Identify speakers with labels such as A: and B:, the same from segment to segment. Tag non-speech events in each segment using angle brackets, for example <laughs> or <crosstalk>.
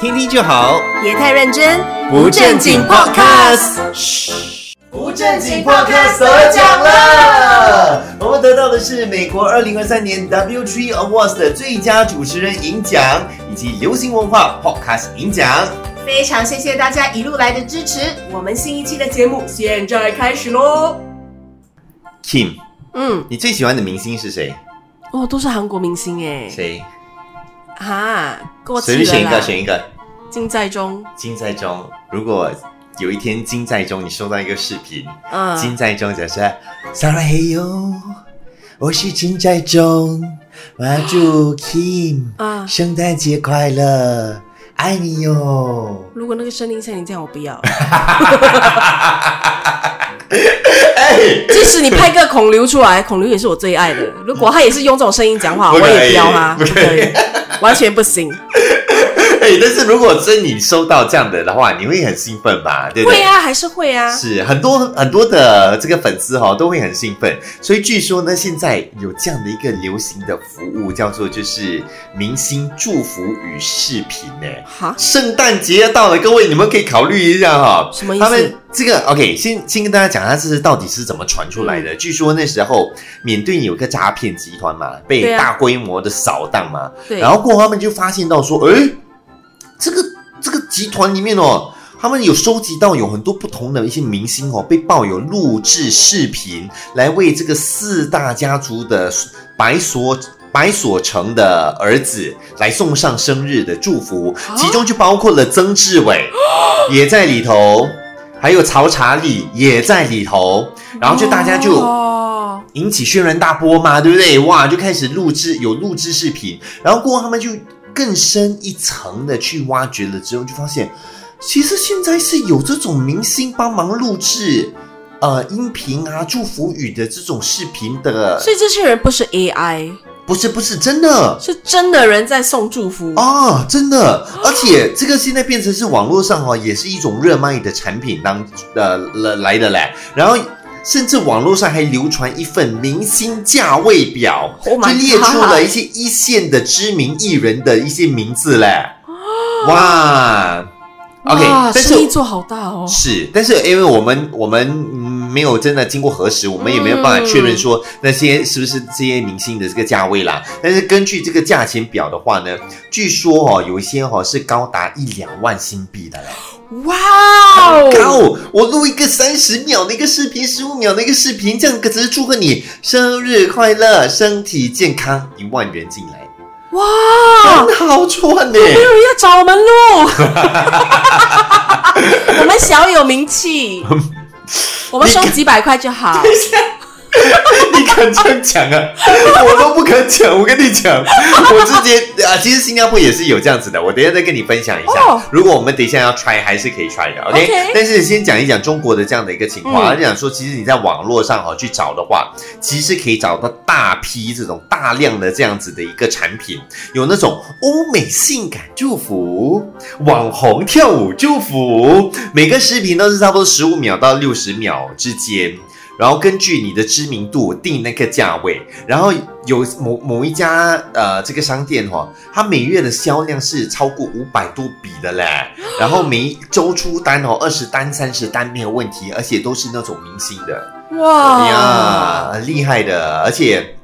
A: 听听就好，
B: 别太认真，
A: 不正经 Podcast。不正经 Podcast 得奖了，我们得到的是美国二零二三年 W3 Awards 的最佳主持人银奖，以及流行文化 Podcast 银奖。
B: 非常谢谢大家一路来的支持，我们新一期的节目现在开始喽。
A: Kim，
B: 嗯，
A: 你最喜欢的明星是谁？
B: 哦，都是韩国明星哎，
A: 谁？
B: 哈，过气
A: 随便
B: 了
A: 选一
B: 啦
A: 个，。选一个。
B: 金在中，
A: 金在中，如果有一天金在中你收到一个视频，
B: 嗯，
A: 金在中就是撒拉嘿哟，我是金在中，我要祝 Kim
B: 啊，
A: 圣诞节快乐，爱你
B: <laughs>
A: 哟。
B: 如果那个声音像你这样，我不
A: <laughs>
B: 要。
A: 哎
B: 即使你拍个孔刘出来，孔刘也是我最爱的。如果他也是用这种声音讲话，
A: 不
B: 我
A: 可以
B: 也飙他，
A: 不
B: 不
A: 可
B: 可
A: 以
B: 以，完全不行。
A: 哎，但是如果真你收到这样的的话，你会很兴奋吧？对不对？
B: 会啊，还是会啊。
A: 是很多很多的这个粉丝哈、都会很兴奋，所以据说呢，现在有这样的一个流行的服务，叫做就是明星祝福与视频呢。
B: 哈，
A: 圣诞节要到了，各位你们可以考虑一下哈、
B: 什么意
A: 他们
B: 思？
A: 这个 OK，先先跟大家讲，它是到底是怎么传出来
B: 嗯
A: 的？据说那时候缅甸有个诈骗集团嘛，被
B: 对啊
A: 大规模的扫荡嘛，
B: 对，
A: 然后过后他们就发现到说，诶，这个这个集团里面哦，他们有收集到有很多不同的一些明星哦，被曝有录制视频来为这个四大家族的白所白所成的儿子来送上生日的祝福，
B: 啊
A: 其中就包括了曾志伟也在里头，还有曹查理也在里头，然后就大家就。
B: 哦，
A: 引起轩然大波嘛，对不对？哇，就开始录制有录制视频，然后过后他们就更深一层的去挖掘了之后，就发现其实现在是有这种明星帮忙录制呃音频啊祝福语的这种视频的，
B: 所以这些人不是 AI，
A: 不是不是真的。
B: 是真的人在送祝福。
A: 啊，真的，而且这个现在变成是网络上哦，也是一种热卖的产品当呃来来的嘞。然后甚至网络上还流传一份明星价位表，
B: Oh
A: 就
B: my
A: 列出了
B: God
A: 一些一线的知名艺人的一些名字嘞。哇，OK，
B: 哦哇
A: 但是
B: 生意做好大哦。
A: 是，但是因为我们我们嗯没有真的经过核实，我们也没有办法确认
B: 嗯
A: 说那些是不是这些明星的这个价位啦。但是根据这个价钱表的话呢，据说哦有一些哦是高达一两万新币的嘞。
B: 哇
A: 高
B: 哦，，
A: 我录一个三十秒的一个视频，十五秒的一个视频，这样只是祝贺你生日快乐，身体健康，一万元进来，
B: 哇！
A: 很好赚呢、
B: 没有人要找我们录， <laughs> 我们小有名
A: <laughs>
B: 气，我们收几百块就好。
A: <laughs> 你敢这样讲啊？我都不敢讲，我跟你讲，我直接啊，其实新加坡也是有这样子的，我等一下再跟你分享一下。
B: 哦
A: 如果我们等一下要 try，还是可以 try 的，OK？,
B: OK
A: 但是先讲一讲中国的这样的一个情况，
B: 嗯
A: 而且讲说，其实你在网络上哈去找的话，其实可以找到大批这种大量的这样子的一个产品，有那种欧美性感祝福、网红跳舞祝福，每个视频都是差不多十五秒到六十秒之间。然后根据你的知名度定那个价位，然后有某某一家呃这个商店哈、哦，它每月的销量是超过五百多笔的嘞，然后每一周出单哦，二十单、三十单没有问题，而且都是那种明星的，
B: 哇！
A: 呀，很厉害的，而且。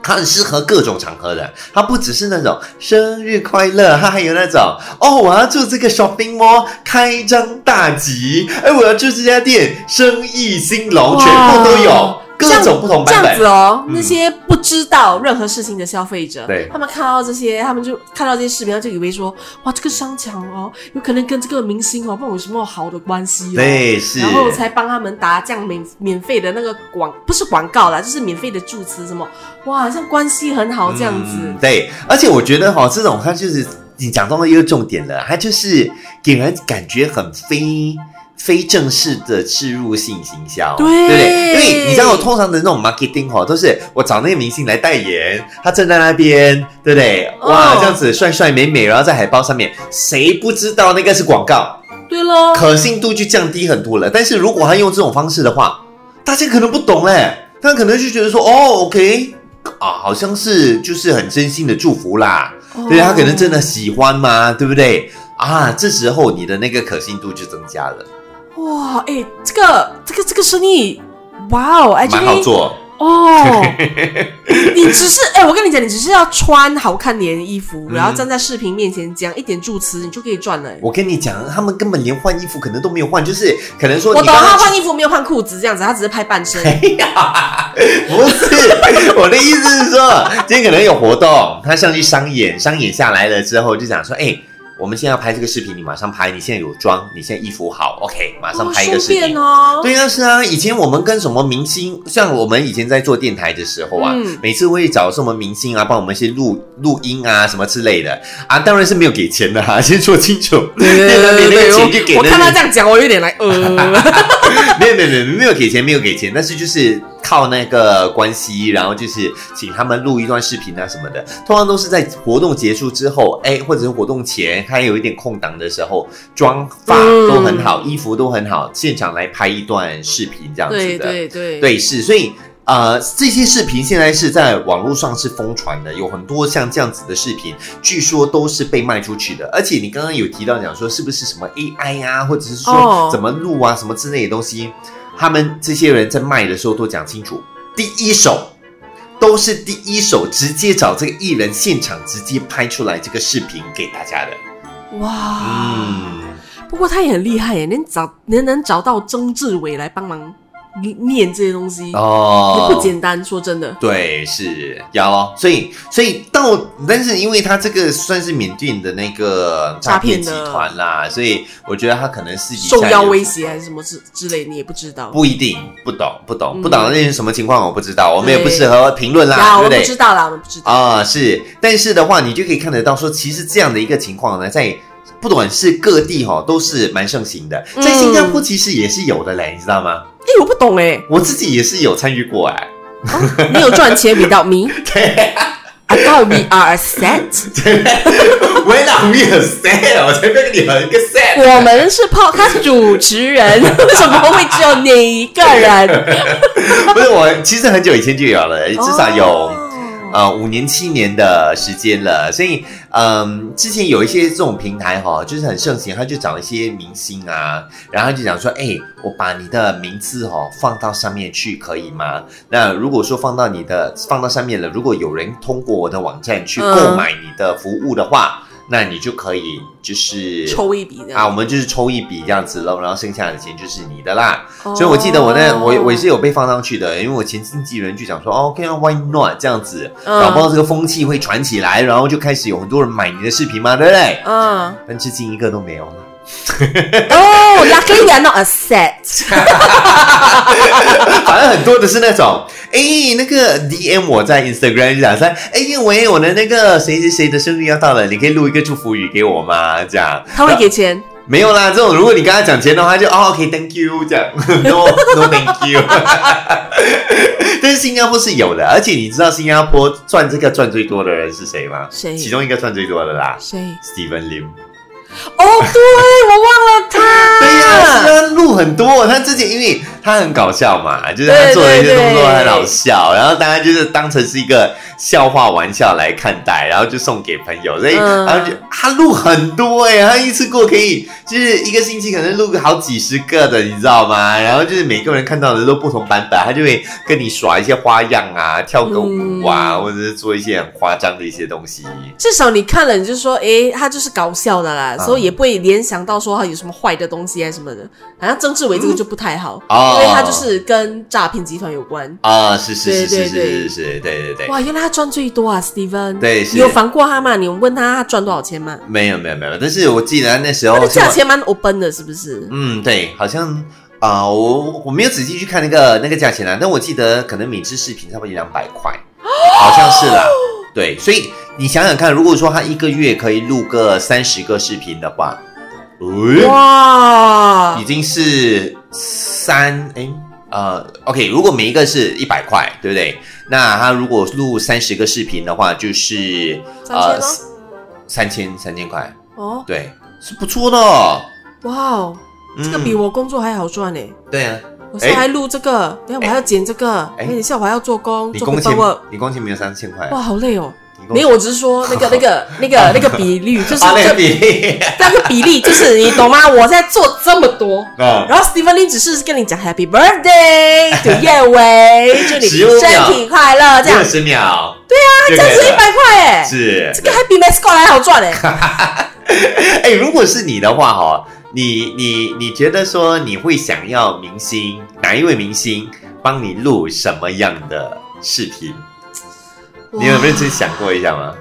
A: 它很适合各种场合的，它不只是那种生日快乐，它还有那种哦，我要住这个 shopping mall 开张大吉，哎，我要住这家店生意兴隆，
B: 哇
A: 哦全部都有，各
B: 这样
A: 种不同版
B: 这样子
A: 本。
B: 哦，
A: 嗯
B: 那些不知道任何事情的消费者，
A: 对
B: 他们看到这些，他们就看到这些视频，他就以为说，哇，这个商场哦，有可能跟这个明星哦，不知道有什么好的关系哦。
A: 对，是。
B: 然后才帮他们打这样免免费的那个广，不是广告啦，就是免费的祝词什么，哇，好像关系很好这样子。
A: 嗯对，而且我觉得哈、这种它就是你讲到了一个重点了，它就是给人感觉很非。非正式的植入性行销，
B: 对
A: 不对？因为你知道，我通常的那种 marketing 哈、都是我找那个明星来代言，他站在那边，对不对？哇，
B: 哦
A: 这样子帅帅美美，然后在海报上面，谁不知道那个是广告？
B: 对喽，
A: 可信度就降低很多了。但是如果他用这种方式的话，大家可能不懂哎，他可能就觉得说，哦，OK，啊，好像是就是很真心的祝福啦，对他可能真的喜欢嘛，对不对？啊，这时候你的那个可信度就增加了，
B: 哇，哎，这个这个这个生意，哇哦，
A: 蛮好做。 <laughs>
B: 哦，你只是哎、我跟你讲，你只是要穿好看点的衣服，然后站在视频面前讲一点助词，你就可以赚了、哎
A: 嗯我跟你讲，他们根本连换衣服可能都没有换，就是可能说
B: 我
A: 你
B: 懂，
A: 刚刚哎
B: 他换衣服没有换裤子这样子，他只是拍半身。
A: <laughs> 不是，我的意思是说，今天可能有活动，他上去商演，商演下来了之后就讲说，哎、我们现在要拍这个视频，你马上拍，你现在有妆，你现在衣服好，OK，马上
B: 哦
A: 拍一个视
B: 顺
A: 频。
B: 便哦，
A: 对啊，是啊，以前我们跟什么明星，像我们以前在做电台的时候啊，
B: 嗯
A: 每次会找什么明星啊，帮我们先录录音啊，什么之类的啊，当然是没有给钱的哈、先说清楚，
B: 对
A: <laughs> 对对对对
B: 我
A: 对
B: 看他这样讲，我有点来呃，
A: <laughs> 没有没有没有没有给钱，没有给钱，但是就是靠那个关系，然后就是请他们录一段视频啊什么的，通常都是在活动结束之后，哎，或者是活动前还有一点空档的时候，妆发
B: 嗯
A: 都很好，衣服都很好，现场来拍一段视频这样子的，
B: 对对对，
A: 对是，所以。呃，这些视频现在是在网络上是疯传的，有很多像这样子的视频，据说都是被卖出去的。而且你刚刚有提到讲说，是不是什么 AI 啊，或者是说
B: 哦
A: 怎么录啊，什么之类的东西，他们这些人在卖的时候都讲清楚，第一手都是第一手直接找这个艺人现场直接拍出来这个视频给大家的。
B: 哇，
A: 嗯，
B: 不过他也很厉害耶，能找能能找到曾志伟来帮忙念这些东西，
A: 哦，
B: 也不简单。说真的，
A: 对，是要咯，所以所以到，但是因为他这个算是缅甸的那个诈骗集
B: 诈骗的
A: 团啦，所以我觉得他可能私底下
B: 受邀
A: 有
B: 威胁还是什么之之类，你也不知道。
A: 不一定，不懂不懂
B: 嗯
A: 不懂那是什么情况，我不知道，我们也
B: 对
A: 不适合评论
B: 呀，
A: 啦，对
B: 我
A: 不
B: 们
A: 对
B: 不知？道啦，我们不知道。
A: 啊、是，但是的话，你就可以看得到说，其实这样的一个情况呢，在不管是各地哈、哦，都是蛮盛行的，
B: 嗯
A: 在新加坡其实也是有的嘞，你知道吗？
B: 哎、我不懂哎，
A: 我自己也是有参与 <laughs> 过哎。
B: 你有赚钱 without me？I
A: 啊
B: thought we are a set，
A: When are we a sad？我才不要跟你们一个 sad。
B: 我们是 podcast 主持人，为什么会只有你一个人？
A: <laughs> 不是我，其实很久以前就有了，至少有、
B: 哦
A: 呃五年七年的时间了。所以，嗯，之前有一些这种平台哈、就是很盛行，他就找一些明星啊，然后他就讲说，哎、我把你的名字哦放到上面去，可以吗？那如果说放到你的放到上面了，如果有人通过我的网站去
B: 嗯
A: 购买你的服务的话，那你就可以就是
B: 抽一笔这
A: 啊，
B: 样。
A: 我们就是抽一笔这样子咯，然后剩下的钱就是你的啦。
B: 哦
A: 所以我记得我那我我也是有被放上去的，因为我前经纪人就讲说、哦、，OK 啊，Why not 这样子，
B: 嗯
A: 搞不好这个风气会传起来，然后就开始有很多人买你的视频嘛，对不对？
B: 嗯，
A: 但至今一个都没有了。
B: 哦，luckily we are not a set。
A: <laughs> 反正很多的是那种，哎，那个 DM 我在 Instagram 就讲说，哎，因为我的那个谁谁谁的生日要到了，你可以录一个祝福语给我吗？这样
B: 他会给钱，
A: 没有啦，这种如果你跟他讲钱的话，他就哦，OK，Thank、you 这样 <laughs> ，No No Thank you 。但是新加坡是有的，而且你知道新加坡赚这个赚最多的人是谁吗？
B: 谁
A: 其中一个赚最多的啦
B: 谁？
A: ，Steven Lim。
B: 哦，对，我忘了他。
A: 对呀、是啊，录很多。他之前因为他很搞笑嘛，就是他
B: 对
A: 做的一些
B: 对对
A: 动作很好笑，然后大家就是当成是一个笑话玩笑来看待，然后就送给朋友。所以，
B: 嗯
A: 然后就他录很多哎、他一次过可以就是一个星期可能录个好几十个的，你知道吗？然后就是每个人看到的都不同版本，他就会跟你耍一些花样啊，跳个舞啊，
B: 嗯
A: 或者是做一些很夸张的一些东西。
B: 至少你看了，你就说，诶，他就是搞笑的啦，
A: 啊
B: 所以也不会联想到说他啊有什么坏的东西啊什么的。好像曾志伟这个就不太好，
A: 哦
B: 因为他就是跟诈骗集团有关。
A: 啊，是是是
B: 对
A: 是
B: 对
A: 是是
B: 对
A: 是，对对对。
B: 哇，原来他赚最多啊，Steven。
A: 对是
B: 你有烦过他吗？你有问他他赚多少钱吗？
A: 没有没有没有，但是我记得那时
B: 他
A: 候
B: 的
A: 哦是我
B: 价钱蛮 open 的，是不是？
A: 嗯，对，好像啊、我我没有仔细去看那个那个价钱啦，但我记得可能每支视频差不多两百
B: <gasps>
A: 块，好像是啦。对，所以你想想看，如果说他一个月可以录个三十个视频的话，嗯，
B: 哇
A: 已，经是三哎。呃，OK，如果每一个是一百块，对不对？那他如果录三十个视频的话，就是
B: 三千
A: 呃三千三千块，
B: 哦，
A: 对，是不错的哦。
B: 哇哦，这个比
A: 嗯、
B: 我工作还好赚呢。
A: 对啊，
B: 我现在还录这个，等下我还要剪这个，
A: 哎
B: 等一下我还要做工，
A: 你
B: 做
A: 工钱
B: paperwork，
A: 你工钱没有三千块啊、
B: 哇，好累哦。
A: 你跟我
B: 没有，我只是说
A: <laughs>
B: 那个那个那个那个比率，就是
A: 啊，那个
B: 这
A: 比例
B: <laughs>
A: <laughs>
B: 那个比例，就是你懂吗？我在做这么多，
A: 啊，
B: 然后 Stephen Lee 只是跟你讲 Happy Birthday
A: <laughs>
B: to 叶维，祝你
A: 15
B: 身体快乐这样
A: 六，十秒，
B: 他
A: 对
B: 这样子一百块哎，
A: 是
B: 这个还比 Mascot 还好赚哎，
A: 哎、如果是你的话哈，你你你觉得说你会想要明星哪一位明星帮你录什么样的视频？ <laughs> 你有认真想过一下吗？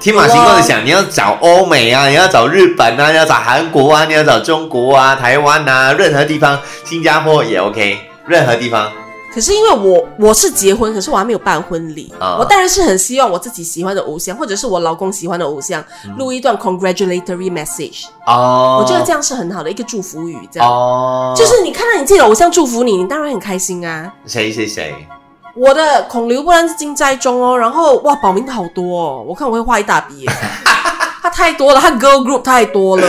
A: 天马行空的想，你要找欧美啊，你要找日本啊，你要找韩国啊，你要找中国啊、台湾啊，任何地方，新加坡也 OK，任何地方
B: 可是因为我我是结婚，可是我还没有办婚礼，
A: 啊
B: 我当然是很希望我自己喜欢的偶像，或者是我老公喜欢的偶像，录一段 congratulatory message，、
A: 嗯哦。
B: 我觉得这样是很好的一个祝福语，这样、
A: 哦，
B: 就是你看到你自己的偶像祝福你，你当然很开心啊。
A: 谁谁谁
B: 我的孔刘不然是金在中哦，然后哇，宝明的好多哦，我看我会画一大
A: <laughs>
B: 笔耶，他太多了，他 girl group 太多了。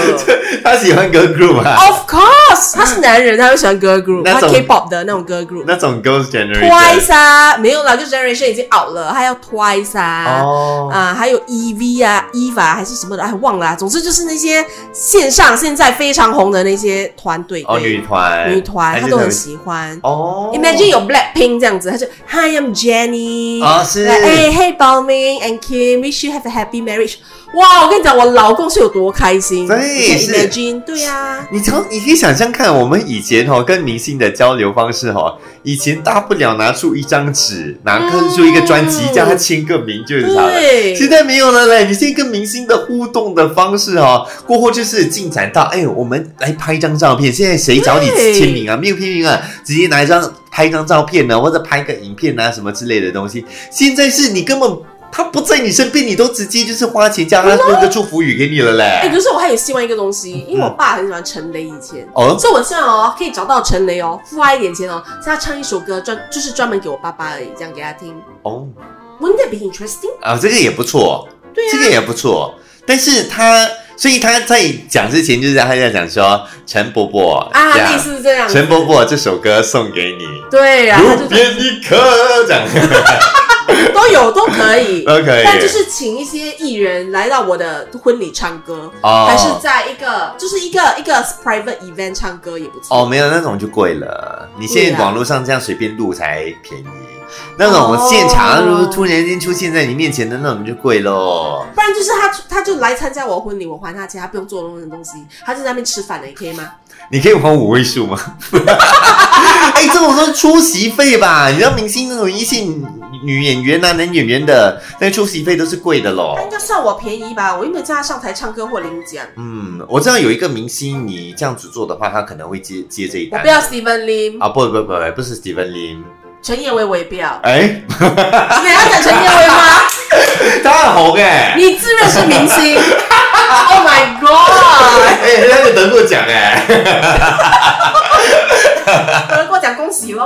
A: 他喜欢 girl group 啊，
B: of course，他是男人，他会喜欢 girl group，
A: 那
B: 他
A: 种
B: K-pop 的那种 girl group。
A: 那种 girls generation
B: Twice 啊，没有啦，就 Generation 已经 out 了，还要 Twice 啊。
A: 哦
B: 啊，还有 EV 啊、EVA 啊还是什么的，哎，忘了、啊。总之就是那些线上现在非常红的那些团队，
A: 哦，
B: 对
A: 女团，
B: 女团，
A: 还
B: 他
A: 是
B: 都很
A: 很
B: 喜欢。
A: 哦
B: Imagine 有 Blackpink 这样子，他就 Hi I'm Jenny，
A: 啊是
B: 哎、hey, Hey Balming and Kim，wish you have a happy marriage。哇，我跟你讲，我老公是有多开心。
A: 对
B: 你可以
A: 是
B: Imagine，对啊，
A: 你从你可以想象看，我们以前哦跟明星的交流方式哦，以前大不了拿出一张纸，拿出一个专辑，
B: 嗯
A: 叫他签个名就是他了。
B: 对，
A: 现在没有了嘞，你现在跟明星的互动的方式哦，过后就是进展到，哎，我们来拍一张照片。现在谁找你
B: 对
A: 签名啊？没有签名啊，直接拿一张拍一张照片啊呢、或者拍个影片啊什么之类的东西。现在是你根本他不在你身边，你都直接就是花钱叫他做一个祝福语给你了嘞。
B: 哎、可是我还有希望一个东西，因为
A: 嗯
B: 我爸很喜欢陈雷，以前。
A: 哦，
B: 所以我希望哦，可以找到陈雷哦，付他一点钱哦，叫他唱一首歌，专就是专门给我爸爸而已，这样给他听。
A: 哦，
B: Wouldn't that be interesting？
A: 啊，这个也不错，
B: 对啊
A: 这个也不错。但是他，所以他在讲之前，就是他在讲说陈伯伯
B: 啊，
A: 这样
B: 类似这样。
A: 陈伯伯这首歌送给你，
B: 对啊，他
A: 路
B: 就
A: 边一棵这样
B: <laughs> 都有都可以。
A: <laughs> 都可以。
B: 但就是请一些艺人来到我的婚礼唱歌，
A: 哦，
B: 还是在一个就是一个一个 private event 唱歌也不错。
A: 哦，没有那种就贵了。你现
B: 贵
A: 在
B: 啊
A: 网络上这样随便录才便宜，那种现场如果突然间出现在你面前的那种就贵喽。
B: 不然就是他他就来参加我婚礼，我还他钱，他不用做那种东西，他就在那边吃饭了，也可以吗？
A: 你可以还五位数吗？ <laughs> 哎、这种算出席费吧？你知道明星那种一线女演员啊、男演员的那个出席费都是贵的
B: 他应
A: 咯。
B: 该算我便宜吧？我又没有叫他上台唱歌或领奖。
A: 嗯，我知道有一个明星，你这样子做的话，他可能会接接这一
B: 我
A: 单
B: 不。要 Steven Lim，
A: 啊，不不不，不是 Steven Lim，。
B: 陈彦维我也不要
A: 哎、
B: 你要讲陈彦
A: <laughs>
B: 维吗？
A: 他很红哎、
B: 你自认是
A: <laughs>
B: 明星？Oh my god！
A: 哎、那个得过奖哎、
B: 有人跟我讲恭喜喽，